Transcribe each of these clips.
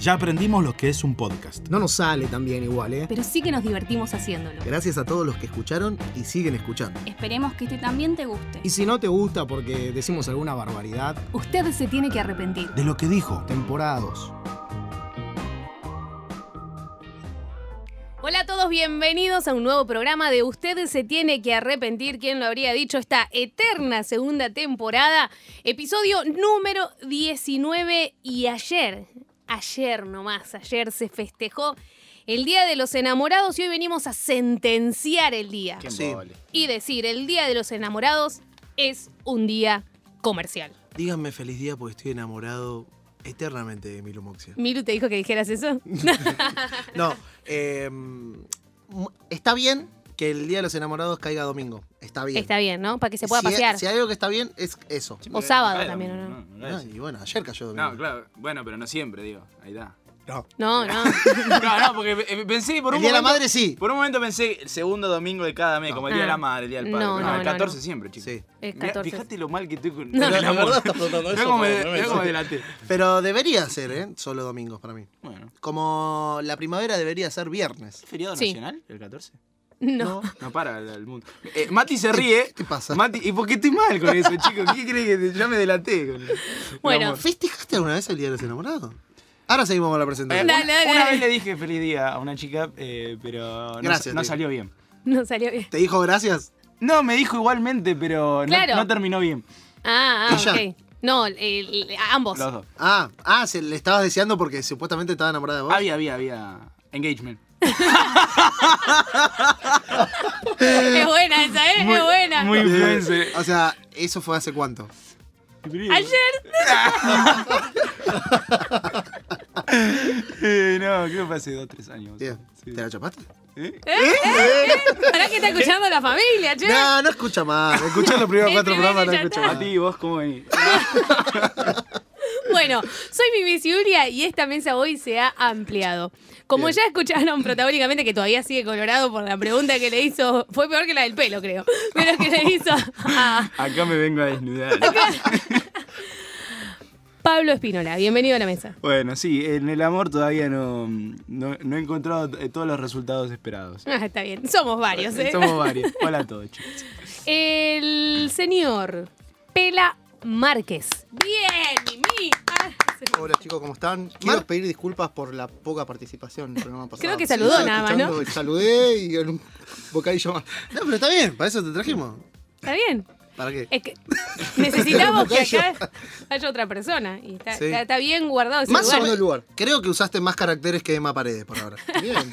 Ya aprendimos lo que es un podcast. No nos sale tan bien igual, ¿eh? pero sí que nos divertimos haciéndolo. Gracias a todos los que escucharon y siguen escuchando. Esperemos que este también te guste. Y si no te gusta porque decimos alguna barbaridad, Usted se tiene que arrepentir. De lo que dijo. temporados. Hola a todos, bienvenidos a un nuevo programa de Ustedes se tiene que arrepentir, quién lo habría dicho, esta eterna segunda temporada, episodio número 19 y ayer, ayer nomás, ayer se festejó el Día de los Enamorados y hoy venimos a sentenciar el día Qué Sí. embole. y decir, el Día de los Enamorados es un día comercial. Díganme feliz día porque estoy enamorado eternamente de Milu Moxia. Miru te dijo que dijeras eso. No, eh, em, mu- está bien que el Día de los Enamorados caiga domingo. Está bien. Está bien, ¿no? Para que se pueda Si- pasear. Si hay algo que está bien, es eso. O sábado también, ¿o no? Ah, y bueno, ayer cayó domingo. No, claro. Bueno, pero no siempre, digo. Ahí está. No, no. No, no, porque eh, pensé por un El Día de la momento- Madre sí. Por un momento pensé el segundo domingo de cada mes, como el día de Ah. la madre, el día del padre. No, No, no, el no, 14 no. siempre, chicos. Sí. El Mirá, 14. Fíjate lo mal que estoy con. No, con no, el la amor. verdad estás preguntando Mirá eso, cómo me, pero no me mirá cómo me dice. delaté. Pero debería ser, ¿eh? Solo domingos para mí. Bueno. Como la primavera debería ser viernes. ¿Es feriado Sí. nacional el 14? No. No para el, el mundo. Eh, Mati se ríe. ¿Qué pasa? Mati, ¿y por qué estoy mal con eso, chicos? ¿Qué crees que te- ya me delaté? con el- Bueno. el amor. ¿Festejaste alguna vez el Día de los Enamorados? Ahora seguimos con la Eh, presentación. una, Dale, dale, una dale. vez le dije feliz día a una chica, eh, pero no, Gracias, no te digo. salió bien. No salió bien. ¿Te dijo gracias? No, me dijo igualmente, pero no- Claro. no, terminó bien. Ah, ah, Ella. ok. No, el- el- ambos. Los dos. Ah, ah, se le estabas deseando porque supuestamente estaba enamorada de vos. Había, había, había engagement. Es buena esa, ¿eh? es buena. Muy influencer. O sea, ¿eso fue hace cuánto? Ayer. Eh, no, creo que fue hace dos, tres años. Bien. Sí. ¿Te la chapaste? ¿Para que está escuchando la familia, che? No, no escucha más. Escuché los primeros El cuatro primero programas, no y ya escucha está. más. Mati, ¿vos cómo venís? Bueno, soy Vivi Ciuria y esta mesa hoy se ha ampliado. Como ya escucharon protagónicamente, que todavía sigue colorado por la pregunta que le hizo, fue peor que la del pelo, creo, pero que le hizo a Acá me vengo a desnudar. Pablo Espinola. Bienvenido a la mesa. Bueno, sí, en el amor todavía no, no, no he encontrado eh, todos los resultados esperados. Ah, está bien, somos varios, ¿eh? Somos varios. Hola a todos, chicos. El señor Pela Márquez. Bien, Mimi. Ah, se- Hola chicos, ¿cómo están? Quiero pedir disculpas por la poca participación del programa pasado. Creo que saludó nada más, ¿no? Escuchando, Saludé y en un bocadillo más. No, pero está bien, para eso te trajimos. ¿Está bien? ¿Para qué? Es que necesitamos que acá haya otra persona. Y está, Sí. está- está bien guardado ese Más lugar. o menos lugar. Creo que usaste más caracteres que Emma Paredes por ahora. Bien.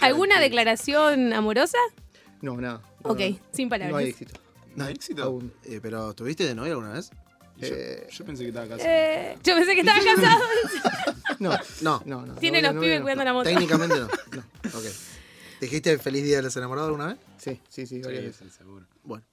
¿Alguna declaración amorosa? No, nada. Ok, No, sin palabras. No hay éxito. No, éxito? Aún. Eh, pero ¿tuviste de novia alguna vez? Eh, Yo pensé que estaba casado. Eh, yo pensé que estaba casado. no, No, no, no. Tiene los pibes cuidando la moto. técnicamente no. no. Ok. ¿Te dijiste feliz día de los enamorados alguna vez? Sí, sí, sí. varias veces. seguro. Bueno.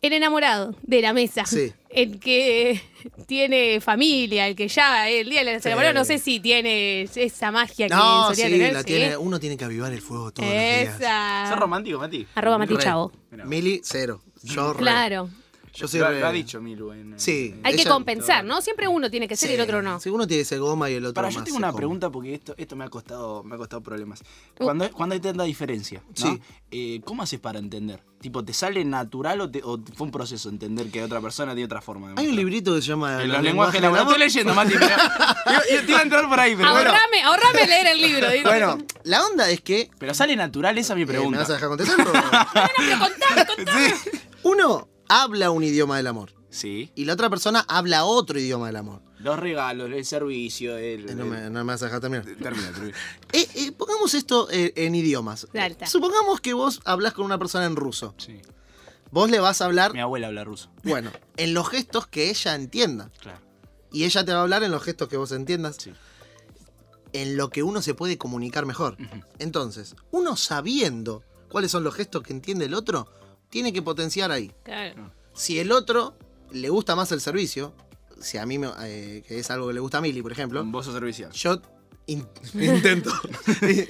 El enamorado de la mesa. Sí. El que tiene familia, el que ya el día del enamorado, no sé si tiene esa magia que No, solía sí, tener. la ¿sí? tiene. Uno tiene que avivar el fuego todos los días. Esa. ¿Sos romántico, Mati? Ah. Arroba Mati Re. Chavo. Mirá. Mili, cero. Yo re. Claro. Yo soy Lo, re. lo ha dicho Milu. En, Sí. en- Hay que Ella- compensar, ¿no? Siempre uno tiene que ser y el Sí. otro no. Sí, uno tiene que ser goma y el otro Para, más. yo tengo se una come. pregunta porque esto, esto me ha costado me ha costado problemas. Cuando, cuando hay tanta diferencia, ¿no? Sí. Eh, ¿cómo haces para entender? Tipo, ¿te sale natural o, te- o fue un proceso entender que otra persona tiene otra forma de Hay un mostrar? librito que se llama En Los los lenguajes del amor. No estoy leyendo, Mati, pero yo, yo te iba a entrar por ahí, pero bueno. Ahorrame, ahorrame leer el libro. digo. Bueno, la onda es que. Pero sale natural, esa es mi eh, ¿Me pregunta. vas a dejar contestar? No, pero contame, contame. sí. Uno habla un idioma del amor Sí. y la otra persona habla otro idioma del amor. Los regalos, el servicio, el... Eh, No me, no me vas a dejar terminar. el- Termina, termina. Eh, eh, pongamos esto eh, en idiomas. Dale, está. Supongamos que vos hablas con una persona en ruso. Sí. Vos le vas a hablar, Mi abuela habla ruso. bueno, en los gestos que ella entienda. Claro. Y ella te va a hablar en los gestos que vos entiendas. Sí. En lo que uno se puede comunicar mejor. Entonces, uno sabiendo cuáles son los gestos que entiende el otro, tiene que potenciar ahí. Claro. Si el otro le gusta más el servicio, si a mí, me- eh, que es algo que le gusta a Mili, por ejemplo, Vos sos servicial. yo in- intento,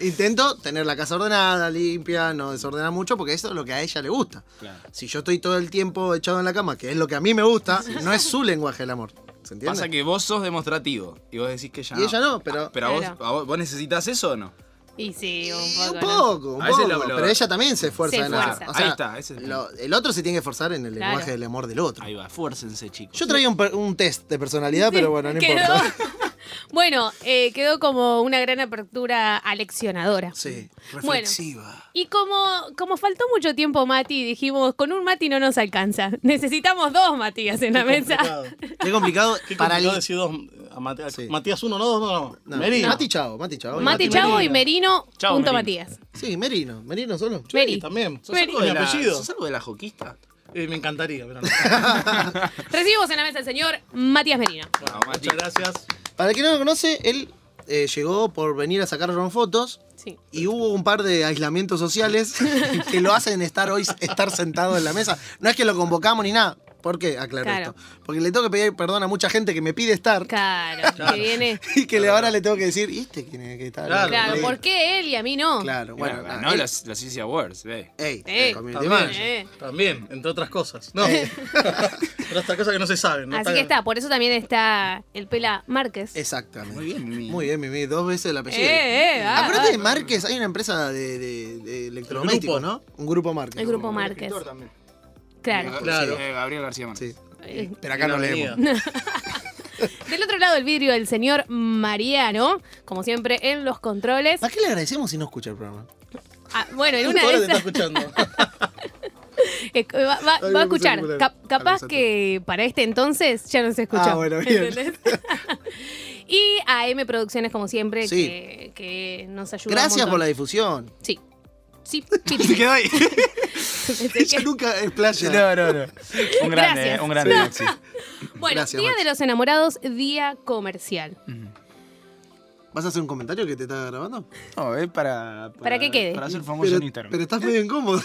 intento tener la casa ordenada, limpia, no desordenar mucho, porque eso es lo que a ella le gusta. Claro. Si yo estoy todo el tiempo echado en la cama, que es lo que a mí me gusta, no es su lenguaje el amor. ¿Se entiende? Pasa que vos sos demostrativo y vos decís que ella y no. Ah, ella no, pero. Pero a vos, Claro. a vos, necesitas eso o no? Y sí, Y un un poco. ¿no? poco, un A veces poco. lo- lo- Pero ella también se esfuerza Se en hacer- esfuerza. o sea, Ahí está, ese es el lo- el otro se tiene que esforzar en el Claro. lenguaje del amor del otro. Ahí va, esfuércense, chicos. Yo traía un, per- un test de personalidad, pero bueno, no Quedó- importa. Bueno, eh, quedó como una gran apertura aleccionadora. Sí, Bueno. reflexiva. Y como, como faltó mucho tiempo Mati, dijimos, con un Mati no nos alcanza. Necesitamos dos Matías en la mesa. Qué complicado. Qué para complicado el- decir dos. eh, a Mate- Sí. Matías uno, no dos, no, no. no, Merino. Mati Chao, Mati Chao. Mati Chavo y Merino, Chavo, punto Merino. Matías. Sí, Merino, Merino solo. Meri, También. ¿Sos Meri. algo de mi La- apellido? ¿Sos algo de la joquista? Eh, me encantaría, pero no. recibimos en la mesa al señor Matías Merino. Bueno, Mati. Muchas gracias. Para el que no lo conoce, él eh, llegó por venir a sacarnos fotos. Sí. Y hubo un par de aislamientos sociales que lo hacen estar hoy estar sentado en la mesa. No es que lo convocamos ni nada. ¿Por qué? Aclaro Claro. esto. Porque le tengo que pedir perdón a mucha gente que me pide estar Claro, que viene. y que le- ahora le tengo que decir, ¿y este quién es que está? Claro. Claro, Sí. ¿por qué él y a mí no? Claro, bueno. Bueno, nada, ganó él- las, las CC Awards, ve. Ey, Eh, el community también. manager. Eh. También, entre otras cosas. No. Eh. pero otras cosas que no se saben. ¿no? Así que está, por eso también está el Pela Márquez. Exactamente. Muy bien, Mimi. Muy bien, Mimi. Dos veces el apellido. Eh, eh, ah, Aparte ah. de Márquez, hay una empresa de, de- de electrodomésticos, El grupo. ¿no? Un grupo Márquez. El grupo El Márquez. escritor también. Claro. Claro. Sí, eh, Gabriel García Sí. Márquez. Eh, Pero acá no leemos. Del otro lado del vidrio, el señor Mariano, como siempre, en los controles. ¿A qué le agradecemos si no escucha el programa? Ah, bueno, en una Ahora de te está esas escuchando. eh, va, va- Algo va a me puse escuchar. popular. Cap- Algo capaz exacto. que para este entonces ya no se escucha. Ah, bueno, bien. ¿Entendés? y a M Producciones, como siempre, Sí. que, que nos ayuda. un Gracias por la montón. difusión. Sí. Sí, Se quedó ahí. Ella nunca es playa. no, no. Un grande, Gracias. eh, un grande, Maxi. Bueno, Gracias, Día Maxi. de los Enamorados, día comercial. ¿Vas a hacer un comentario que te está grabando? No, es para. Para que quede. Para ser famoso Pero, en Instagram. pero estás medio incómodo.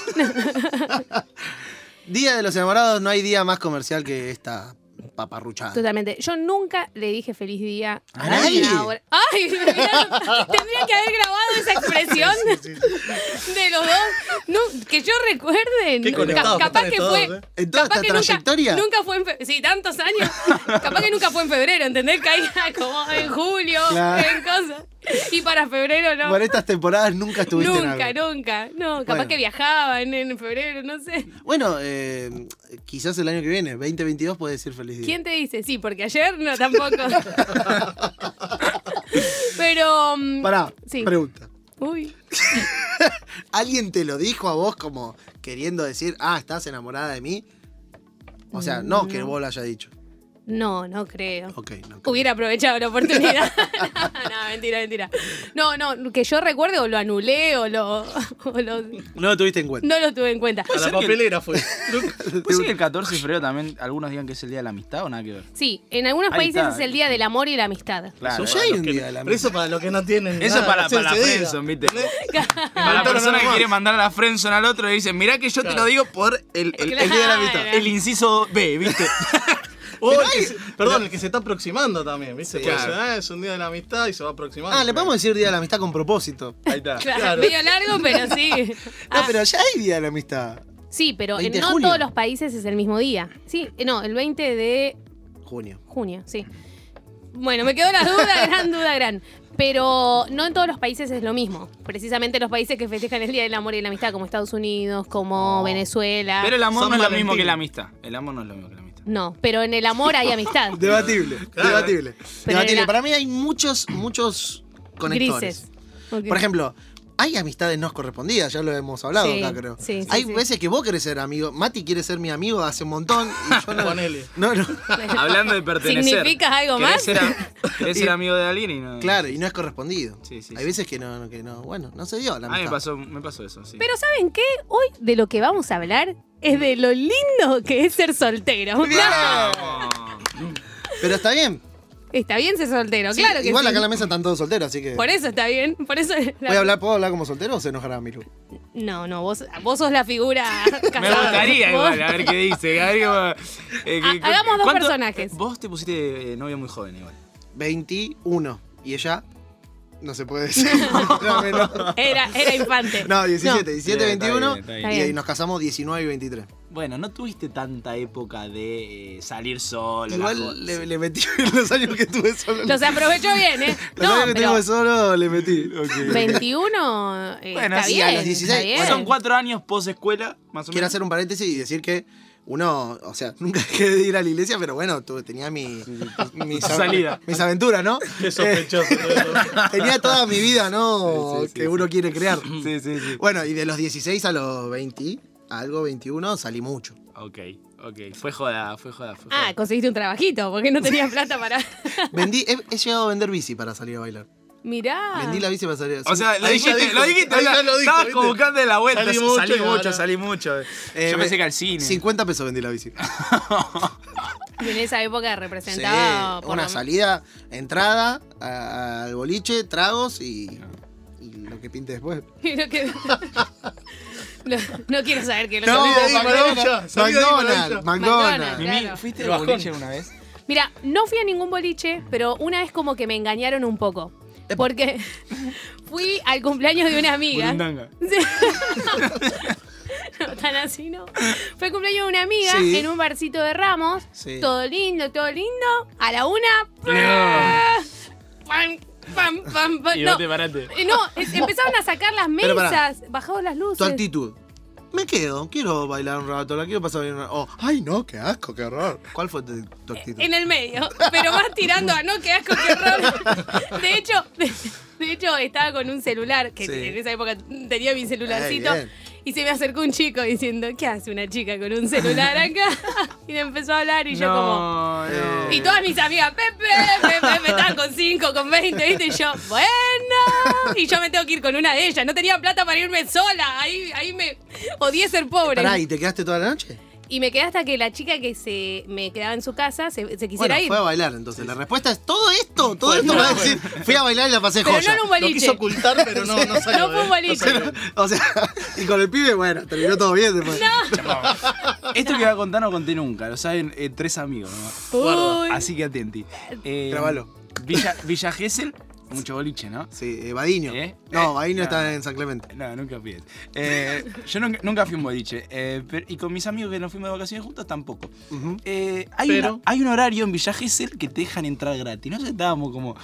día de los enamorados, no hay día más comercial que esta paparruchada. Totalmente. Yo nunca le dije feliz día ¿A nadie? alguien ahora. Ay, mirá, tendría que haber grabado esa expresión de los dos. No, que yo recuerde. Qué ca- conectados que capaz están que todos, fue. ¿eh? En toda capaz esta que nunca- trayectoria. Nunca, fue en fe- Sí, tantos años. capaz que nunca fue en febrero, ¿entendés? Caía como en julio, Claro. en cosas. Y para febrero no. Por estas temporadas nunca estuviste en Nunca, algo. nunca. No, capaz Bueno. que viajaban en febrero, no sé. Bueno, eh, quizás el año que viene, 2022, puede decir feliz día. ¿Quién te dice? Sí, porque ayer no tampoco. Pero. mm, Pará, Sí. pregunta. Uy. ¿Alguien te lo dijo a vos como queriendo decir, ah, estás enamorada de mí? O sea, no, que vos lo hayas dicho. No, no creo. Ok, no. creo. Hubiera aprovechado la oportunidad. no, mentira, mentira. No, no, que yo recuerde o lo anulé o lo, o lo- No lo tuviste en cuenta. No lo tuve en cuenta. A la papelera fue. ¿Puede ser que Pues el 14 de febrero también algunos digan que es el día de la amistad o nada que ver? Sí, en algunos Ahí países está. es el día del amor y la amistad. Claro. Ya hay un día de la Pero eso para los que no tienen. Eso nada, para, sí, para la se diga. Friendson, ¿viste? Para la Inventaron persona algo que más. quiere mandar a la Friendson al otro y dicen, mirá que yo te lo digo por el, el- el día de la amistad. Claro. El inciso B, ¿viste? O el que se- perdón, el que se está aproximando también, ¿viste? Sí. Porque Claro. dice, "Ah, es un día de la amistad y se va aproximando. Ah, le podemos decir Día de la Amistad con propósito. Ahí está. Claro, Claro. medio largo, pero sí. No, Ah, pero ya hay Día de la Amistad. sí, pero en 20 de no julio. todos los países es el mismo día. Sí, eh, no, el 20 de Junio. Junio, sí. Bueno, me quedó la duda, gran duda, gran. Pero no en todos los países es lo mismo. Precisamente los países que festejan el Día del Amor y la Amistad, como Estados Unidos, Oh. como Venezuela. Pero el amor San no es lo Valentín. mismo que la amistad. El amor no es lo mismo que la amistad. No, pero en el amor hay amistad. Debatible, debatible. debatible. era- Para mí hay muchos, muchos conectores. Grises. Ok. Por ejemplo, hay amistades no correspondidas, ya lo hemos hablado Sí, acá, creo. sí, sí, hay sí. veces que vos querés ser amigo. Mati quiere ser mi amigo hace un montón y yo no. Ponele. no, no. Hablando de pertenecer. ¿Significa algo ¿querés más? Ser, a- querés ser amigo de alguien y no. Claro, y no es correspondido. Sí, sí, hay sí. veces que no, que no, bueno, no se dio la A mí Ah, me amistad. pasó, me pasó eso, sí. Pero ¿saben qué? Hoy de lo que vamos a hablar es de lo lindo que es ser soltero. No. Pero está bien. Está bien ser soltero, claro que Igual sí. acá en la mesa están todos solteros, así que. Por eso está bien. Por eso. ¿Voy a hablar, ¿Puedo hablar como soltero o se enojará Milu? No, no, vos, vos sos la figura Me casada. gustaría Vos- igual, a ver qué dice. Gabriel, eh, que- Ha- hagamos dos ¿cuánto- personajes. Vos te pusiste eh, novia muy joven igual. 21. Y ella. No se puede decir. No, menor. Era, era infante. ¿eh? No, 17, 17, Bien, está 21. bien, está bien. Y nos casamos 19 y 23. Bueno, no tuviste tanta época de eh, salir solo. la jo- Igual le, le metí en los años que estuve solo. Los aprovechó bien, ¿eh? Los No, años que pero estuve solo le metí. 21 eh, Bueno, está sí, a bien. los 16, está bien. bueno, Son cuatro años post escuela, más o Quiero menos. hacer un paréntesis y decir que uno, o sea, nunca dejé de ir a la iglesia, pero bueno, tuve- tenía mi, mis, tu salida. mis aventuras, ¿no? Eh, Qué sospechoso. Tenía toda mi vida, ¿no? Sí, sí, sí, que sí. uno quiere crear. Sí, sí, sí. Bueno, y de los 16 a los 20, algo 21, salí mucho. Ok, ok. Fue joda, fue joda, fue joda. Ah, conseguiste un trabajito porque no tenías plata para. Vendí, he, he llegado a vender bici para salir a bailar. Mirá. Vendí la bici para salir a o sea, lo ahí ya dijiste, dijo, lo dijiste, ahí o sea, ya lo dijo, estabas ¿viste? como buscando la vuelta. Salí mucho salí y ahora- mucho. salí mucho. Eh, Yo pensé que al cine. 50 pesos vendí la bici. Ah, Y en esa época Sí, representaba. por una lo- salida, entrada a- al boliche, tragos y, y lo que pinte después. Creo que- no, no quiero saber qué es lo No, que de ahí, McDonald's, maravilla, salí de ahí, McDonald's, maravilla. McDonald's. McDonald's. Mimi, Claro. ¿fuiste El al bajón. boliche una vez? Mira, no fui a ningún boliche, pero una vez como que me engañaron un poco. Porque fui al cumpleaños de una ¿eh? amiga. Burundanga. Sí. No, tan así no. Fue el cumpleaños de una amiga Sí. en un barcito de Ramos. Sí. Todo lindo, todo lindo. A la una. Pam, pam, pam, pam. Y No, vos te paraste. eh, no, es- empezaron a sacar las Pero pará. mesas, bajados las luces. Tu actitud. Me quedo, quiero bailar un rato, la quiero pasar bien un rato. Oh, ay no, qué asco, qué horror. ¿Cuál fue tu, tu actitud? Eh, En el medio, pero más tirando a no, qué asco, qué horror. De hecho, de, de hecho estaba con un celular, que Sí. en esa época tenía mi celularcito, Eh, bien. y se me acercó un chico diciendo, ¿qué hace una chica con un celular acá? Y le empezó a hablar y yo como... no. Y todas mis amigas, Pepe, Pepe, Pepe, estaban con 5, con 20, ¿viste? Y yo, bueno. Y yo me tengo que ir con una de ellas. No tenía plata para irme sola. Ahí, ahí me odié ser pobre. Pará, ¿y te quedaste toda la noche? Y me quedé hasta que la chica que se me quedaba en su casa se, se quisiera Bueno, ir. fue a bailar entonces. La respuesta es todo esto, todo esto va a decir, fui a bailar y la pasé Pero joya. no era un Lo boliche. quiso ocultar, pero no, no salió. No fue un ¿eh? boliche. salió. O sea, y con el pibe, bueno, terminó todo bien después. Esto que voy a contar no conté nunca, lo saben eh, tres amigos nomás. Uy, Así que atenti. Eh, Grabalo. Villa, Villa Gesell, mucho boliche, ¿no? Sí, eh, Badiño. ¿Eh? No, Badiño Eh, está no. en San Clemente. No, nunca fui. Eh, yo nunca, nunca fui a un boliche. eh, pero- y con mis amigos que nos fuimos de vacaciones juntos tampoco. Eh, hay, Pero- una- hay un horario en Villa Gesell que te dejan entrar gratis. Nosotros estábamos como.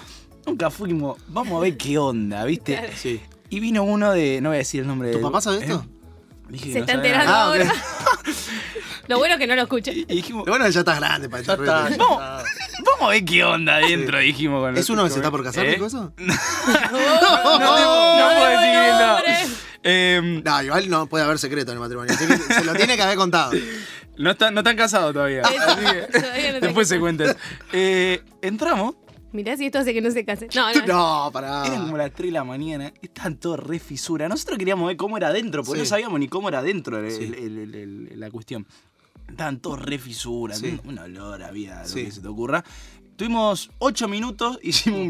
Nunca fuimos. Vamos a ver qué onda, ¿viste? Sí. Y vino uno de. No voy a decir el nombre de. ¿Eh? ¿Tu papá sabe esto? Dije que se no está sabía enterando nada. Ah, ok. ahora. Lo bueno es que no lo escuche. Y dijimos. Bueno, ya estás grande para Ya está. echar Vamos, vamos a ver qué onda adentro, dijimos. con ¿Es los- uno que se con- está por casar, ¿Eh? Nico, eso? No, no puedo decir bien nada. nombre. Em, No, igual no puede haber secreto en el matrimonio. Así que se lo tiene que haber contado. No están, no están casados todavía. así que Todavía no se después se cuentas. entramos, Mirá si esto hace que no se case. No, no. No, pará. eran como las 3 de la mañana, estaban todos re fisura. Nosotros queríamos ver cómo era adentro, porque Sí. no sabíamos ni cómo era adentro el- Sí. el- el- el- la cuestión. Estaban todos re fisura, Sí. un, un olor había, lo Sí. que se te ocurra. Tuvimos 8 minutos, hicimos Mm. un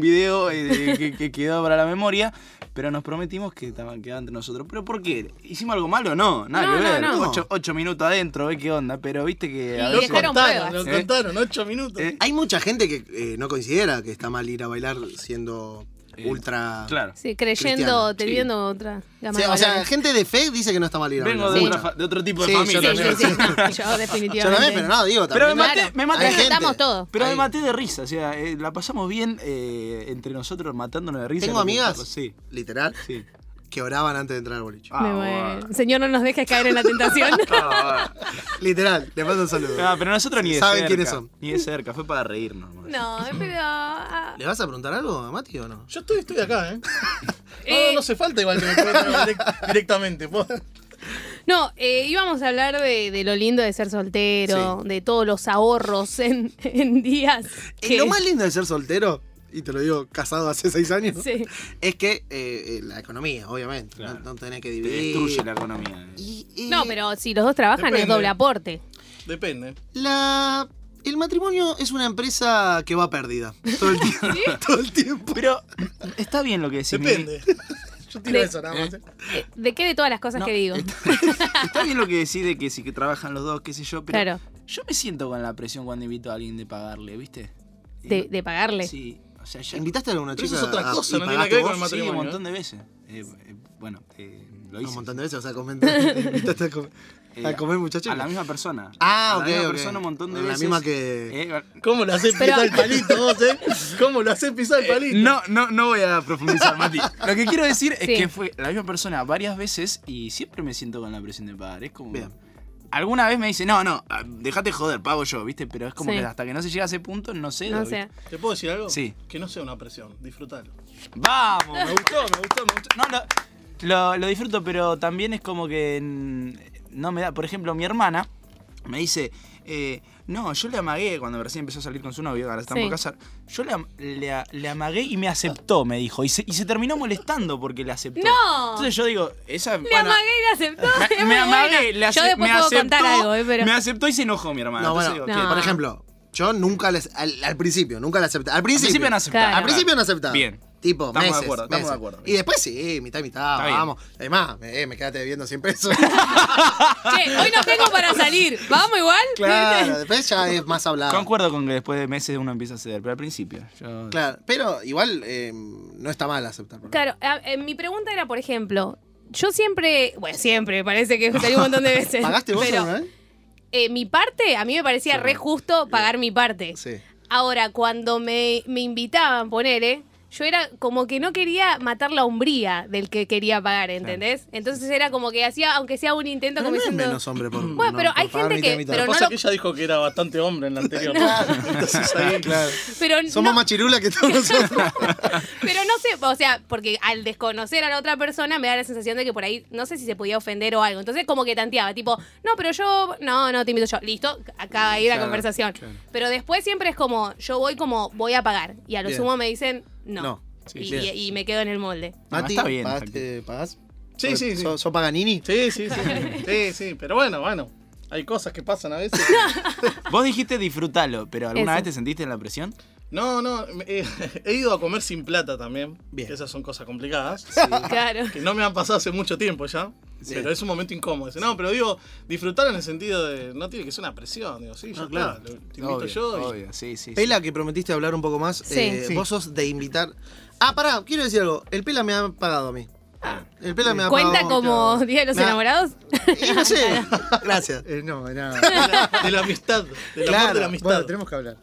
video eh, que, que quedó para la memoria, pero nos prometimos que estaban quedaba entre nosotros. ¿Pero por qué? ¿Hicimos algo malo? No, nada No, que no, ver. no. 8, minutos adentro, ve qué onda, pero viste que. Y a Lo veces- dejaron contaron, pruebas. lo ¿Eh? contaron, ocho minutos. Eh, Hay mucha gente que eh, no considera que está mal ir a bailar siendo Eh, ultra. Claro. Sí, creyendo, Cristiano, teniendo otra O gama sea, de o sea, valores. gente de fe dice que no está mal ir a Vengo bailar. de, Sí. una fa- de otro tipo de Sí, yo familia. también. sí, sí, sí. No, yo definitivamente. Yo también, pero no, digo, Pero me también. maté, Claro. me maté. Hay gente. Estamos todos. Pero me Ahí. maté de risa, o sea, eh, la pasamos bien eh, entre nosotros matándonos de risa. Tengo amigas, Sí, literal, sí. que oraban antes de entrar al boliche. Ah, Me bueno. muero. Señor, no nos dejes caer en la tentación. Literal, le mando un saludo. Ah, pero nosotros ni de Saben cerca. quiénes son. Ni de cerca, fue para reírnos. nomás. No, pero. ah, ¿Le vas a preguntar algo a Mati o no? Yo estoy, estoy acá, ¿eh? Eh. No, no hace falta igual que me pregunten direct- directamente. po. No, eh, íbamos a hablar de, de lo lindo de ser soltero, de todos los ahorros en, en días. Eh, Lo más lindo de ser soltero, y te lo digo casado hace seis años, Sí. es que eh, eh, la economía, obviamente. Claro. No, no tenés que Te dividir. destruye la economía. Y, eh, No, pero si los dos trabajan es Depende. doble aporte. Depende. La... El matrimonio es una empresa que va a pérdida. Todo el tiempo. Todo el tiempo. Pero está bien lo que decís. Mimi. Depende. Yo tiro De- eso nada más. ¿eh? Eh, ¿De qué de todas las cosas No, que digo? Está bien lo que decís de que sí que trabajan los dos, qué sé yo, pero Claro. yo me siento con la presión cuando invito a alguien de pagarle, ¿viste? De, de pagarle. Sí, o sea, ya... ¿Invitaste a alguna Pero chica? eso es otra a- cosa, y no tiene pagaste nada que ver vos? con el Sí, matrimonio, un montón ¿eh? de veces. Eh, eh, bueno, eh, lo hice. No, un montón de veces vas a comentar. Invitaste a comer. eh, a comer muchachos. a la misma persona. Ah, A ok, la misma ok. persona un montón de La veces. misma que- Eh, ¿Cómo lo haces pisar el palito vos, eh? ¿Cómo lo haces pisar el palito? No, no, no voy a profundizar, Mati. Lo que quiero decir Sí. es que fue la misma persona varias veces y siempre me siento con la presión de pagar. Es como. Bien. Alguna vez me dice, no, no, ah, dejate joder, pago yo, ¿viste? Pero es como Sí. que hasta que no se llega a ese punto, no sé. No sé. ¿Te puedo decir algo? Sí. Que no sea una presión, disfrutalo. ¡Vamos! Me gustó, me gustó, me gustó. No, lo, lo- lo disfruto, pero también es como que mm, no me da. Por ejemplo, mi hermana me dice. eh, no, yo le amagué cuando recién empezó a salir con su novio, ahora están Sí. por casar. Yo le, am- le a- le amagué y me aceptó, me dijo. Y se, y se terminó molestando porque le aceptó. ¡No! Entonces yo digo, esa. Le bueno, amagué y le aceptó. es me, muy me amagué, buena. le ace- Yo después me puedo aceptó, contar algo, eh, pero. Me aceptó y se enojó mi hermana. No, Entonces bueno, digo, No. ¿qué? Por ejemplo, yo nunca les. Al, al principio, nunca la acepté. Al Al principio. principio no aceptaba. Claro. Al principio no aceptaba. Bien. Tipo, Estamos de meses, acuerdo, estamos meses. de acuerdo. Y después sí, mitad y mitad, Está bien. vamos. Además, me, eh, me quedaste debiendo 100 pesos. Che, hoy no tengo para salir. ¿Vamos igual? claro, después ya es más hablado. Concuerdo con que después de meses uno empieza a ceder, pero al principio. Yo... Claro, pero igual eh, no está mal aceptar. por Claro, a- eh, mi pregunta era, por ejemplo, yo siempre, bueno, siempre, parece que salí un montón de veces. ¿Pagaste vos pero, alguna vez? eh, mi parte, a mí me parecía re justo pagar mi parte. Sí. Ahora, cuando me, me invitaban, ponele, yo era como que no quería matar la hombría del que quería pagar, ¿entendés? Entonces era como que hacía, aunque sea un intento, Pero como no es diciendo- menos hombre por. Bueno, no, pero por hay pagar gente mitad y que- mitad. pero Lo que no pasa lo- es que ella dijo que era bastante hombre en la anterior. Entonces ahí, claro. pero no- Somos más chirula que todos nosotros. Pero no sé, o sea, porque al desconocer a la otra persona me da la sensación de que por ahí no sé si se podía ofender o algo. Entonces como que tanteaba, tipo, no, pero yo, no, no, te invito yo. Listo, acaba ahí la conversación. Pero después siempre es como, yo voy como, voy a pagar. Y a lo Bien. sumo me dicen, no. No, sí, y, bien. y- y me quedo en el molde. No, Mati, está bien, ¿pagaste, ¿pagás? Sí, sí, sí. ¿Sos sos Paganini? Sí, sí, sí. Sí, sí. Pero bueno, bueno. Hay cosas que pasan a veces. Vos dijiste disfrútalo, pero ¿alguna Eso. vez te sentiste en la presión? No, no. me- eh, he ido a comer sin plata también. Bien. Esas son cosas complicadas. Ah, Claro. Que no me han pasado hace mucho tiempo ya. Pero es un momento incómodo. ese. No, pero digo, disfrutar en el sentido de. No tiene que ser una presión. Digo, sí, yo, claro. Te invito Obvio, yo. y- obvio, sí, sí. sí. Pela, que prometiste hablar un poco más. Sí. eh, Sí. Vos sos de invitar. Ah, pará, quiero decir algo. El Pela me ha pagado a mí. El Pela me ha Ah. ¿Cuenta pagado. como Día de los Me ha- Enamorados? Y no sé. Gracias. Eh, no, nada. De la- de la amistad. Del amor Claro, de la amistad. Bueno, tenemos que hablar.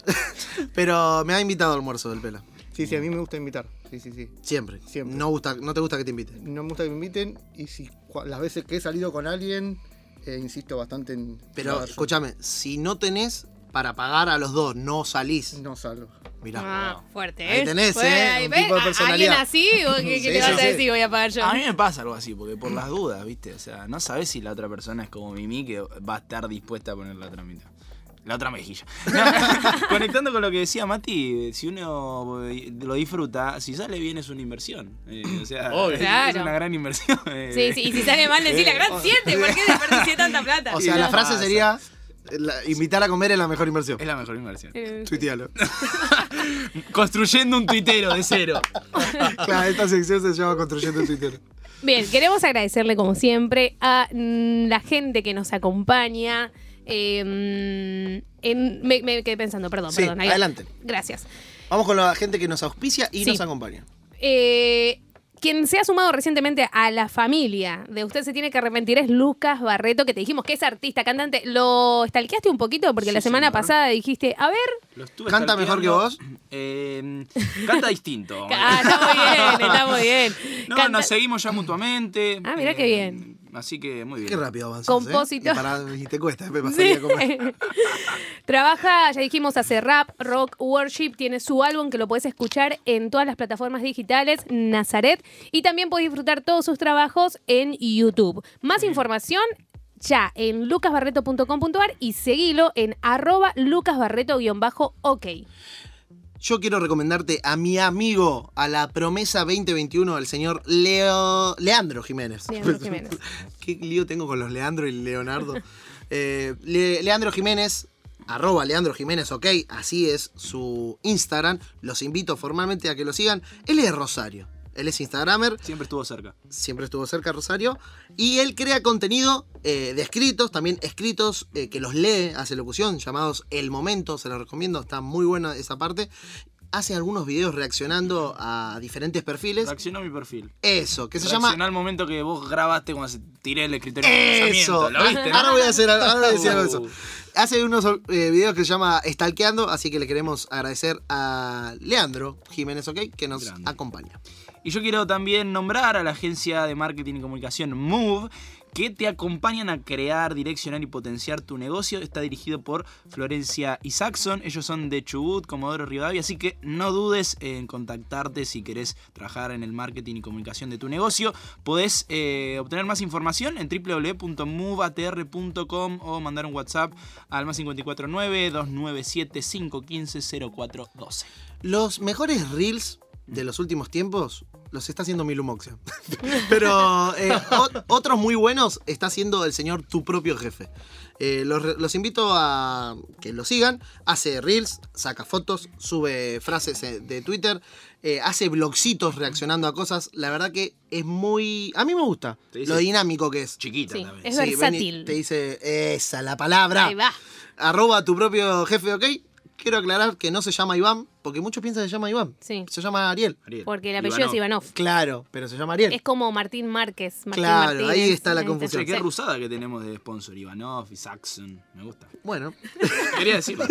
Pero me ha invitado al almuerzo el Pela. Sí, sí, a mí me gusta invitar. Sí, sí, sí. Siempre. Siempre. No, gusta, no te gusta que te inviten. No me gusta que me inviten y si cua- las veces que he salido con alguien, eh, insisto bastante en... Pero no, escúchame, si no tenés para pagar a los dos, no salís. No salgo. Mirá. Ah, fuerte, ¿eh? Ahí tenés, Bueno, ¿eh? ahí Un ves, tipo de a- ¿Alguien personalidad. así? ¿O ¿Qué, qué Sí, le vas sí, a sí. decir? Voy a pagar yo. A mí me pasa algo así, porque por las dudas, ¿viste? O sea, no sabes si la otra persona es como Mimi que va a estar dispuesta a poner la otra mitad. La otra mejilla. No, conectando con lo que decía Mati, si uno eh, lo disfruta, si sale bien es una inversión. Eh, o sea, Obvio. es- es Claro. una gran inversión. eh. Sí, sí, y si sale mal, decir la gran siete. ¿Por qué desperdicié tanta plata? O sea, Y la no frase pasa. sería: la- invitar a comer es la mejor inversión. Es la mejor inversión. Eh, Tuitealo. Construyendo un tuitero de cero. claro, esta sección se llama Construyendo el Twitter. Bien, queremos agradecerle como siempre a mm, la gente que nos acompaña. eh, mm, en- me, me quedé pensando, perdón, Sí, perdón. ahí va. adelante. Gracias. Vamos con la gente que nos auspicia y Sí. nos acompaña. Eh, quien se ha sumado recientemente a la familia de Usted se tiene que arrepentir es Lucas Barreto, que te dijimos que es artista, cantante. ¿Lo stalkeaste un poquito? Porque Sí, la semana señor. pasada dijiste, a ver... Lo estuve ¿Canta mejor que stalkeando. vos? Eh, canta distinto. Ah, está muy bien, está muy bien. No, Canta- nos seguimos ya mutuamente. eh, Ah, mirá qué bien. Así que muy bien. Qué rápido avanzas. Compósito. ¿eh? Pará, y te cuesta, me Sí. pasaría como- Trabaja, ya dijimos, hace rap, rock, worship. Tiene su álbum que lo podés escuchar en todas las plataformas digitales, Nazaret. Y también podés disfrutar todos sus trabajos en YouTube. Más información ya en lucasbarreto.com.ar y seguilo en arroba lucasbarreto-ok. Yo quiero recomendarte a mi amigo, a la promesa 2021, al señor Leo... Leandro Jiménez. Leandro Jiménez. Qué lío tengo con los Leandro y Leonardo. Eh, Le- Leandro Jiménez, arroba Leandro Jiménez, ok, así es su Instagram. Los invito formalmente a que lo sigan. Él es de Rosario. Él es Instagramer, Siempre estuvo cerca. siempre estuvo cerca Rosario, y él crea contenido eh, de escritos, también escritos eh, que los lee, hace locución, llamados El Momento, se los recomiendo, está muy buena esa parte. hace algunos videos reaccionando a diferentes perfiles. Reaccionó mi perfil. Eso, que se Reaccionó llama. al momento que vos grabaste cuando se tiré el escritorio. de Eso. pensamiento, ¿Lo viste? no? Ahora voy a hacer algo- ahora voy a decir algo de Uh. eso. Hace unos eh, videos que se llama Stalkeando, así que le queremos agradecer a Leandro Jiménez, ¿ok? Que nos Grande. acompaña. Y yo quiero también nombrar a la agencia de marketing y comunicación Move, que te acompañan a crear, direccionar y potenciar tu negocio. Está dirigido por Florencia Isaacson. Ellos son de Chubut, Comodoro Rivadavia, así que no dudes en contactarte si querés trabajar en el marketing y comunicación de tu negocio. Podés eh, obtener más información en www.moveatr.com o mandar un WhatsApp al más 549-297-515-0412. Los mejores reels de los últimos tiempos los está haciendo Milumoxia. Pero eh, o- otros muy buenos está haciendo el señor tu propio jefe. Eh, los, re- los invito a que lo sigan. Hace reels, saca fotos, sube frases eh, de Twitter, eh, hace blogcitos reaccionando a cosas. La verdad que es muy... A mí me gusta Sí, lo sí. dinámico que es. Chiquita Sí, también. es Sí, ven y versátil. Te dice esa la palabra Ahí va. arroba tu propio jefe, ¿ok? Quiero aclarar que no se llama Iván, porque muchos piensan que se llama Iván. Sí. Se llama Ariel. Ariel. Porque el apellido es Ivanov. Claro, pero se llama Ariel. Es como Martín Márquez. Martín Claro, Martínez, ahí está la ¿entendés? confusión. Che, qué Sí. rusada que tenemos de sponsor, Ivanov y Saxon. Me gusta. Bueno, Quería decirlo.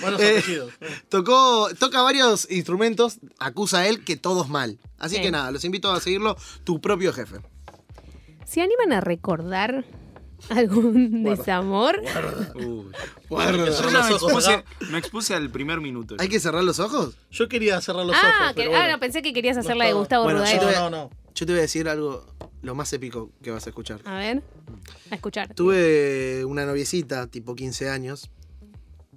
Buenos Eh, apellidos. tocó, toca varios instrumentos, acusa a él que todos mal. Así Sí. que nada, los invito a seguirlo, tu propio jefe. ¿Se animan a recordar algún desamor? Uy. Guarda. Yo Cerrar ya los me ojos, expuse, acá. me expuse al primer minuto. ¿Hay que cerrar los ojos? Yo quería cerrar los ojos. ah, que- pero ah, bueno. no, pensé que querías hacer No la de estaba. Gustavo Bueno, Rudael. yo te- No, no, no. Yo te voy a decir algo, lo más épico que vas a escuchar. A ver, a escuchar. Tuve una noviecita, tipo 15 años.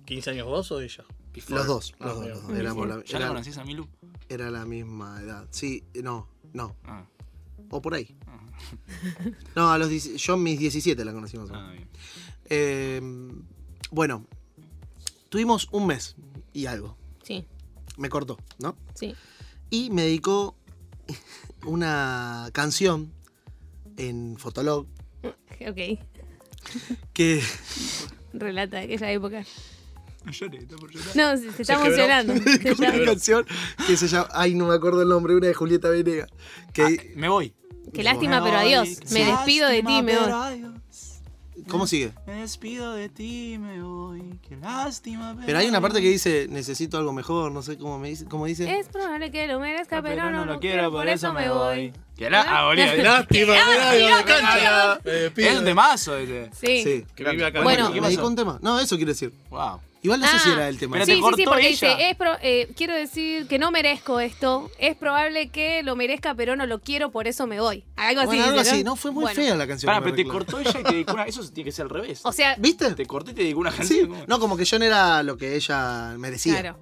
¿15 años vos o ella? Los dos, Ah, los dos, bien. los dos. Éramos la- ¿Ya la era- conocías a Milu? era la misma edad. Sí, no, no. Ah, O por ahí. No, a los dieci- yo a mis 17 la conocimos. ah, bien. Em, bueno, tuvimos un mes y algo. Sí, Me cortó, ¿no? sí. Y me dedicó una canción en Fotolog Ok, que relata aquella época. No llores, está Ah, por llorar. No, se, se está quebró. emocionando. Se está- una canción que se llama ay no me acuerdo el nombre una de Julieta Venegas que Me voy. Qué lástima, pero adiós. Me despido de ti, me voy. Ah, cómo sigue Me despido de ti, me voy. Qué lástima, pero hay una parte que dice necesito algo mejor no sé cómo me dice cómo Eh, dice Es probable que lo merezca, pero, no, lo quiero, por eso me voy. Que la, ¿Verdad? ah, boludo, ¡Lástima! mirá, la cancha! Me Es despido. un temazo ese. Sí. sí Que vive acá. Bueno. me dedicó un tema no eso quiero decir Wow. igual no sé si Ah. era el tema Pero sí, te sí, sí, cortó porque ella. dice, es pro- eh, quiero decir que no merezco esto, es probable que lo merezca, pero no lo quiero, por eso me voy. Algo así. Bueno, algo dice, así, no fue muy Bueno, fea la canción. Pará, me pero te recuerdo. cortó ella y te dedicó una. Eso tiene que ser al revés. O sea, ¿Viste? Te corté y te dedicó una Sí, canción. ¿cómo? no, como que yo no era lo que ella merecía. claro.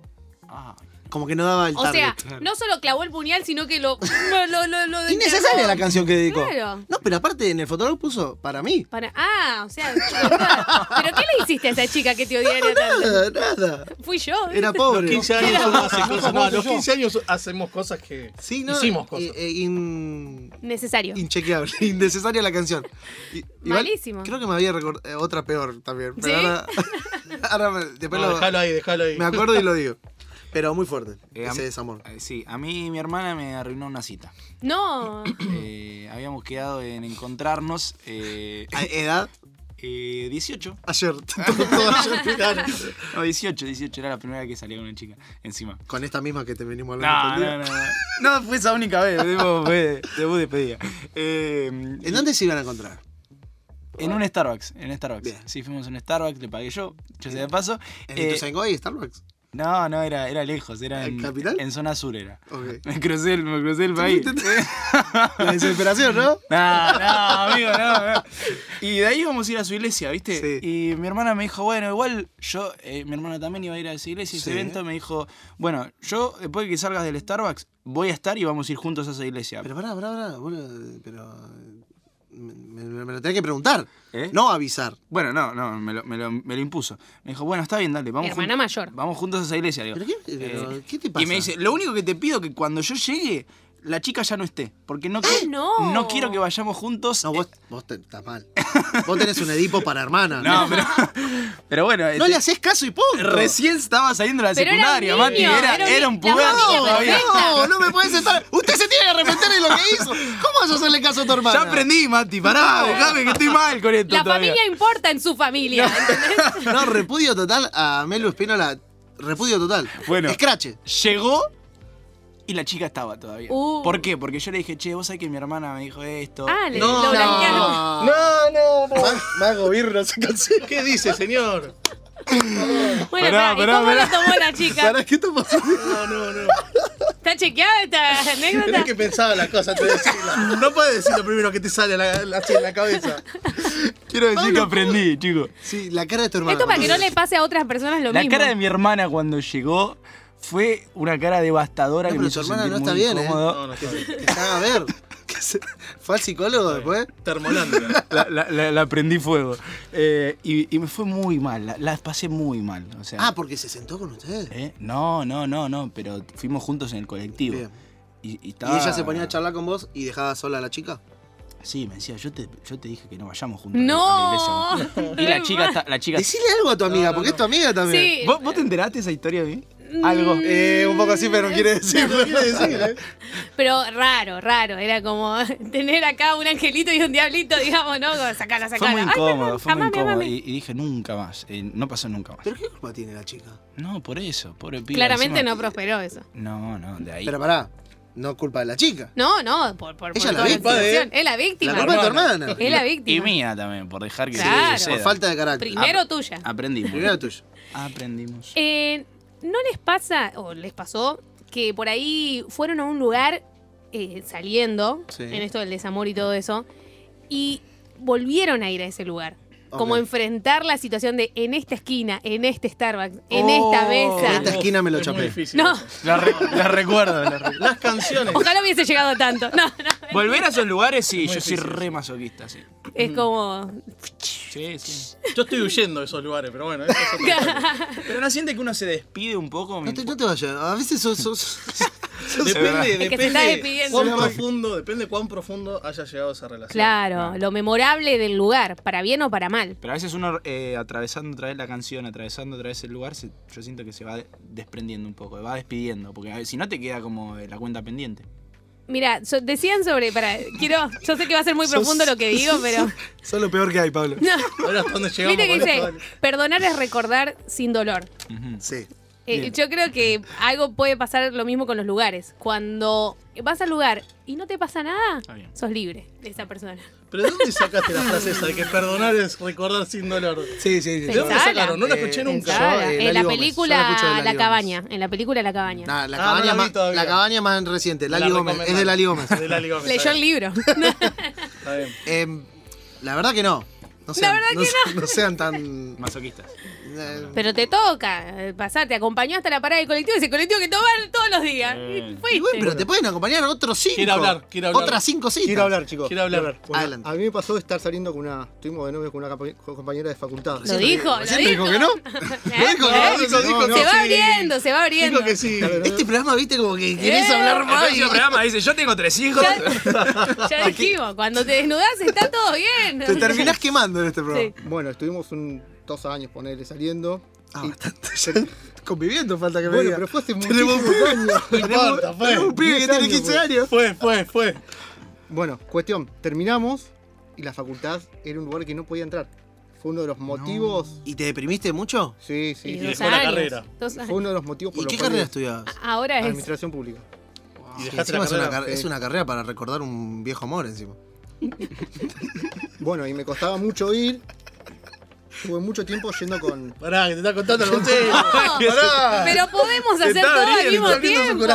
Ah, Como que no daba el O target. sea, no solo clavó el puñal, sino que lo. lo, lo, lo, lo- Innecesaria la canción que dedicó. Claro. No, pero aparte en el fotógrafo puso para mí. Para, ah, o sea, ¿pero qué le hiciste a esa chica que te odiaría tanto? Nada, nada. Fui yo. Era Los pobre. 15 años uno hace cosas. No, a los 15 años hacemos cosas que Sí, no, hicimos cosas. eh, eh, in- Necesario. Inchequeable, innecesaria la canción. Y- igual, Malísimo. Creo que me había recordado eh, otra peor también. ¿Sí? Pero ahora, ahora me, después No, lo- dejalo ahí, dejalo ahí. me acuerdo y lo digo. Pero muy fuerte. Eh, a ese mí- desamor. eh, sí, a mí mi hermana me arruinó una cita. No. Eh, habíamos quedado en encontrarnos eh, A- edad, eh, 18. ayer. No, 18, 18 era la primera vez que salía con una chica. Encima. Con esta misma que te venimos hablando. todo No, el día. no, no. No, fue esa única vez. Debo, fue- debo despedida. Eh, ¿En dónde se iban a encontrar? En un Starbucks. En Starbucks. Bien. Sí, fuimos a un Starbucks, le pagué yo. Yo sé de paso. ¿En Eh, Ituzaingó y Starbucks? no, no, era, era lejos. Era ¿En en, Capital? en zona sur era. Ok. Me crucé el, me crucé el país. La desesperación, ¿no? No, no, amigo, no, no. Y de ahí íbamos a ir a su iglesia, ¿viste? Y mi hermana me dijo, bueno, igual yo, eh, mi hermana también iba a ir a esa iglesia, ese Sí. evento, me dijo, bueno, yo después de que salgas del Starbucks, voy a estar y vamos a ir juntos a esa iglesia. Ah, Pero pará, pará, pará. boludo, pero. eh, Me, me- me lo tenés que preguntar. ¿Eh? No avisar. Bueno, no, no, me lo, me lo- me lo impuso. Me dijo, bueno, está bien, dale, vamos. Hermana jun- mayor. Vamos juntos a esa iglesia, digo. ¿Pero qué, pero Eh, qué te pasa? Y me dice, lo único que te pido es que cuando yo llegue, la chica ya no esté. Porque no, ¡Ah, que- no! quiero que vayamos juntos. No, vos, vos te- estás mal. Vos tenés un Edipo para hermana. No, pero, pero bueno. No este, le haces caso y punto. Recién estaba saliendo de la Pero era un secundaria, Mati. niño, Era, era un era un ni- la puberto familia todavía. perfecta. No, no me puedes estar. Usted se tiene que arrepentir de lo que hizo. ¿Cómo vas a hacerle caso a tu hermana? Ya aprendí, Mati. Pará, dejame que estoy mal con esto La todavía. familia importa en su familia. ¿entendés? No, repudio total a Melu Espinola. Repudio total. Bueno. Escrache. Llegó y la chica estaba todavía. Uh. ¿Por qué? Porque yo le dije, che, vos sabés que mi hermana me dijo esto. Ah, le- No, lo no. blanquearon. No, no, no. Mago Birra se cancela. ¿Qué dice, señor? Bueno, Pará, pará, ¿y pará, cómo pará. la tomó la chica? ¿Para qué te pasó? No, no, no. ¿Está chequeada esta anécdota? Tenés que pensar las cosas antes de decirlas. No puedes decir lo primero que te sale a la- la- así en la cabeza. Quiero decir que aprendí, chico. Sí, la cara de tu hermana. Esto para que no cuando- le pase a otras personas lo La mismo. cara de mi hermana cuando llegó fue una cara devastadora No, que pero me tu hizo hermana sentir no está muy bien, ¿eh? incómodo. No, no, está bien. Que se haga Ah, ver. Que se- ¿Fue al psicólogo después? Termolanda. La, la- la- la prendí fuego. Eh, y, y me fue muy mal, la, la pasé muy mal. O sea, Ah, porque se sentó con usted. ¿eh? No, no, no, no, pero fuimos juntos en el colectivo. Bien. Y, y Y estaba- ella se ponía a charlar con vos y dejaba sola a la chica. Sí, me decía, yo te, yo te dije que no vayamos juntos a la- No. a la iglesia. Y la chica, está- la chica Decile algo a tu amiga, porque es tu amiga también. Sí. ¿Vos, vos te enteraste de esa historia de mí? Algo. Eh, un poco así, pero no quiere ¿eh? decirlo. Mm. Pero raro, raro. Era como tener acá un angelito y un diablito, digamos, ¿no? Como, Sacala, fue sacala. muy Ay, perdón, incómodo, fue muy amame, incómodo. amame. Y, y dije nunca más. eh, no pasó nunca más. ¿Pero qué culpa tiene la chica? No, por eso, pobre piba. Claramente encima- no prosperó eso. No, no, de ahí. Pero pará, no culpa de la chica. No, no, por, por, por Ella la toda víctima, situación. ¿eh? Es la La víctima. culpa de tu hermana. Es la y víctima. mía también, por dejar que Claro. suceda. Por falta de carácter. Primero tuya. Aprendimos. Primero tuyo. Aprendimos. Eh, ¿No les pasa, o les pasó, que por ahí fueron a un lugar eh, saliendo, Sí. en esto del desamor y todo eso, y volvieron a ir a ese lugar? Como Ok. enfrentar la situación de en esta esquina, en este Starbucks, en Oh, esta En mesa. esta esquina me lo Es muy chapé. difícil No, eso. La, re- la recuerdo. la recuerdo. Las canciones. ojalá hubiese llegado a tanto. No, no. Volver a esos lugares, sí, Muy yo soy difícil. re masoquista, sí. Es como. Sí, sí. Yo estoy huyendo de esos lugares, pero bueno. eso es otra historia. Pero no siente que uno se despide un poco. Me No te, impo- no te vayas, a veces sos... sos- Depende, Es que se está depende despidiendo. cuán profundo, depende cuán profundo haya llegado esa relación. Claro, lo memorable del lugar, para bien o para mal. Pero a veces uno eh, atravesando otra vez la canción, atravesando otra vez el lugar, se- yo siento que se va de- desprendiendo un poco, va despidiendo, porque a ver, si no te queda como eh, la cuenta pendiente. Mira, so- decían sobre. Para, quiero, yo sé que va a ser muy profundo lo que digo, pero. sos lo peor que hay, Pablo. No. Ahora hasta dónde llegamos. Viste que con dice, esto? perdonar es recordar sin dolor. Sí. Eh, Bien. yo creo que algo puede pasar lo mismo con los lugares. Cuando vas al lugar y no te pasa nada, Está bien. sos libre de esa persona. ¿Pero de dónde sacaste la frase esa de que perdonar es recordar sin dolor? Sí, sí, ¿De sí. dónde Pensala. sacaron? No la escuché nunca. Claro, eh, en la Lali Gómez. Yo la película escucho de La, Lali Gómez. Cabaña. En la película La Cabaña. Nah, la, Ah, no cabaña la vi más, todavía. la cabaña más reciente, La Lali Gómez. recomendaron. Es de Lali Gómez. Es de Lali Gómez. Leyó está el bien. libro. Está bien. Em, la verdad que no. No sean, no, se- no sean tan... Masoquistas. eh, Pero te toca eh, pasar, te acompañó hasta la parada del colectivo, ese colectivo que toman todos los días. Y y bueno, fuiste. Eh. pero te pueden acompañar otros cinco. Quiero hablar, quiero hablar. Otras cinco citas. Quiero hablar, chicos. Quiero hablar. Bueno, Adelante. A mí me pasó de estar saliendo con una. Estuvimos de novios con una capa- con compañera de facultad. Lo dijo, lo Recién te dijo. dijo que no. ¿Eh? dijo, ¿Eh? no, dijo, dijo, Se no, va sí. abriendo, se va abriendo. Digo que sí. Este programa, viste, como que querés Eh, hablar más. y- programa dice, yo tengo tres hijos. Ya, ya dijimos, cuando te desnudás está todo bien. Te terminás quemando en este Sí. programa. Bueno, estuvimos un, dos años, ponerle, saliendo. Ah, bastante. Ya Conviviendo falta que me Bueno, diga. pero fue hace Tenemos- muchísimos años. No importa, Es fue. un pibe que 10 tiene años, 15 güey. años. Fue, fue, fue. Bueno, cuestión, terminamos y la facultad era un lugar que no podía entrar. Fue uno de los motivos. ¿Y te deprimiste mucho? Sí, Y sí. dos dos dejó la años, carrera. dos Fue años. uno de los motivos por ¿Y los qué cuales- carrera estudiabas? Ahora es. Administración pública. Y Sí, dejaste encima la es, una carrera. car- es una carrera para recordar un viejo amor encima. Bueno, y me costaba mucho ir. Estuve mucho tiempo yendo con. Pará, que te está contando el consejo. No, pero podemos hacer todo al mismo tiempo.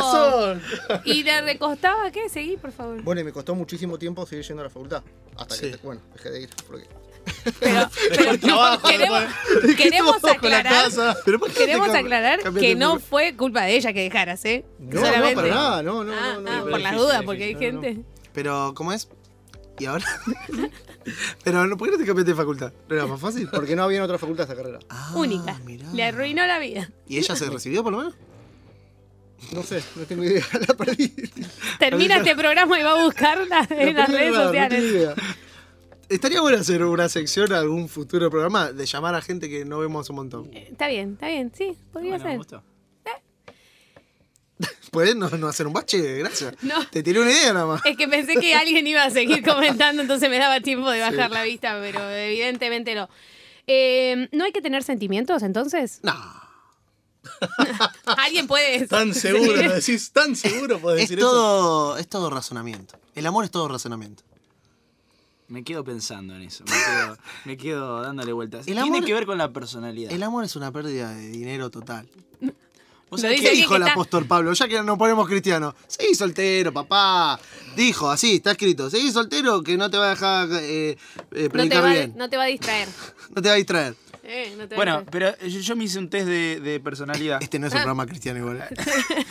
Y le recostaba, ¿qué? Seguí, por favor. Bueno, y me costó muchísimo tiempo seguir yendo a la facultad. Hasta Sí. que, bueno, dejé de ir. Porque... Pero, pero trabajo, queremos, queremos Con la aclarar, casa. Pero ¿por qué queremos te cam- aclarar cambiaste que el no nombre? fue culpa de ella que dejaras, ¿eh? No, no, para nada, no, no, Ah, no, no. ah, no. por las difícil, dudas, difícil, porque hay no, no. gente. Pero, ¿cómo es? ¿Y ahora? pero, no- ¿por qué no te cambiaste de facultad? ¿No era más fácil? Porque no había en otra facultad esa carrera. Ah, Única. mirá. Le arruinó la vida. ¿Y ella se recibió por lo menos? No sé, no tengo idea, la perdí. Termina este programa y va a buscarla en La las perdí, redes no, no tengo sociales. idea. Estaría bueno hacer una sección a algún futuro programa de llamar a gente que no vemos un montón. Está bien, está bien, sí, podría Bueno, me ser. gustó. ¿Puedes no, no hacer un bache? Gracias. No. Te tiré una idea nada más. Es que pensé que alguien iba a seguir comentando, entonces me daba tiempo de bajar la vista, pero evidentemente no. Eh, ¿No hay que tener sentimientos entonces? No. ¿Alguien puede Tan seguro, lo decís, tan seguro podés Es decir eso. todo, es todo razonamiento. El amor es todo razonamiento. Me quedo pensando en eso. Me quedo, me quedo dándole vueltas. El Tiene amor- que ver con la personalidad. El amor es una pérdida de dinero total. ¿Vos Lo sabés dice ¿Qué que- alguien dijo el que está- apóstol Pablo? Ya que nos ponemos cristianos. Seguí soltero, papá. Dijo, así, está escrito. Seguí soltero que no te va a dejar eh, eh, No te, predicar va, bien. no te va a distraer. No te va a distraer. Eh, no te va a Bueno, distraer. pero yo, yo me hice un test de, de personalidad. Este no es un Ah. programa cristiano igual. eh.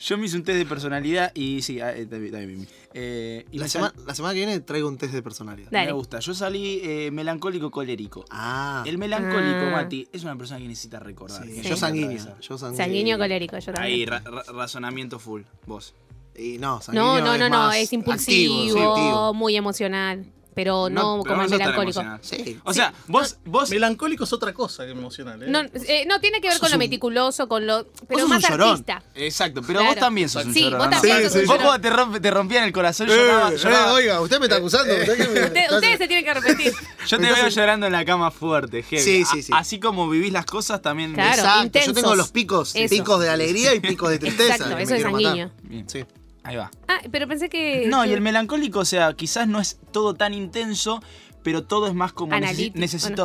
Yo me hice un test de personalidad y sí, ah, eh, también, también, Mimi. Eh, y La, me sema- sal- la semana que viene traigo un test de personalidad. Dale. me gusta. Yo salí eh, melancólico colérico. Ah, El melancólico, Ah. Mati, es una persona que necesita recordar. sí. que yo necesita sanguíneo. atravesar. Yo sanguíneo. Sanguíneo colérico, yo Ahí, también. ra- ra- razonamiento full, vos. Y no, No, sanguíneo no, no, es no, más es activo, impulsivo, activo. muy emocional, pero no, pero como el sos tan melancólico. emocional. Sí. O sea, vos, vos, Melancólico es otra cosa que emocional, ¿eh? No, eh, no tiene que ver Sos con lo un- meticuloso, con lo. Pero sos más un llorón. artista. Exacto, pero vos Claro. también sos un Sí, llorón, vos ¿no? también Sí, sos un sí. Vos llorón. cuando te, rompe, te rompían el corazón, Eh, lloraba, eh, lloraba. oiga, usted me está acusando. usted que me- Usted- ustedes se tienen que arrepentir. Yo te veo llorando en la cama fuerte, heavy. Sí, sí, A- sí. así como vivís las cosas también. Claro. Exacto, intensos. yo tengo los picos, Eso. picos de alegría y picos de tristeza. Exacto, que eso me es quiero matar. sanguíneo. Bien, Sí. ahí va. Ah, pero pensé que. No, y el melancólico, o sea, quizás no es todo tan intenso, pero todo es más como necesi- Analítico, necesito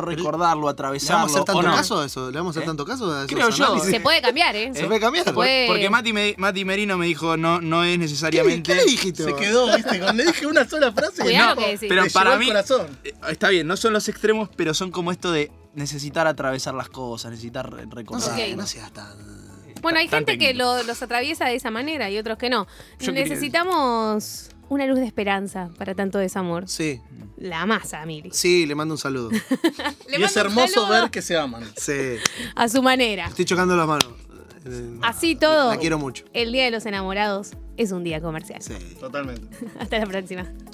¿Le recordarlo, vamos a atravesarlo. hacer tanto o no. caso a eso? ¿Le vamos a hacer ¿Eh? tanto caso a esos Creo yo. análisis? Se puede cambiar, ¿eh? ¿Se puede cambiar? Se puede- Por- porque Mati, me- Mati Merino me dijo, no, no es ¿Qué, le- necesariamente. qué le dijiste? Se vos? quedó, ¿viste? Cuando le dije una sola frase, Cuidado no, que decís. pero le llegó para al mí- corazón. Eh, Está bien, no son los extremos, pero son como esto de necesitar atravesar las cosas, necesitar re- No, recordar. seas- Ok. no seas tan. Bueno, hay Tan gente que técnico. lo- los atraviesa de esa manera y otros que no. Yo quería- Necesitamos una luz de esperanza para tanto desamor. Sí, La masa, Miri. sí, le mando un saludo. Le y es mando un hermoso saludo ver que se aman. Sí, A su manera. estoy chocando las manos. Eh, Así todo. La quiero mucho. El Día de los Enamorados es un día comercial. Sí. Totalmente. Hasta la próxima.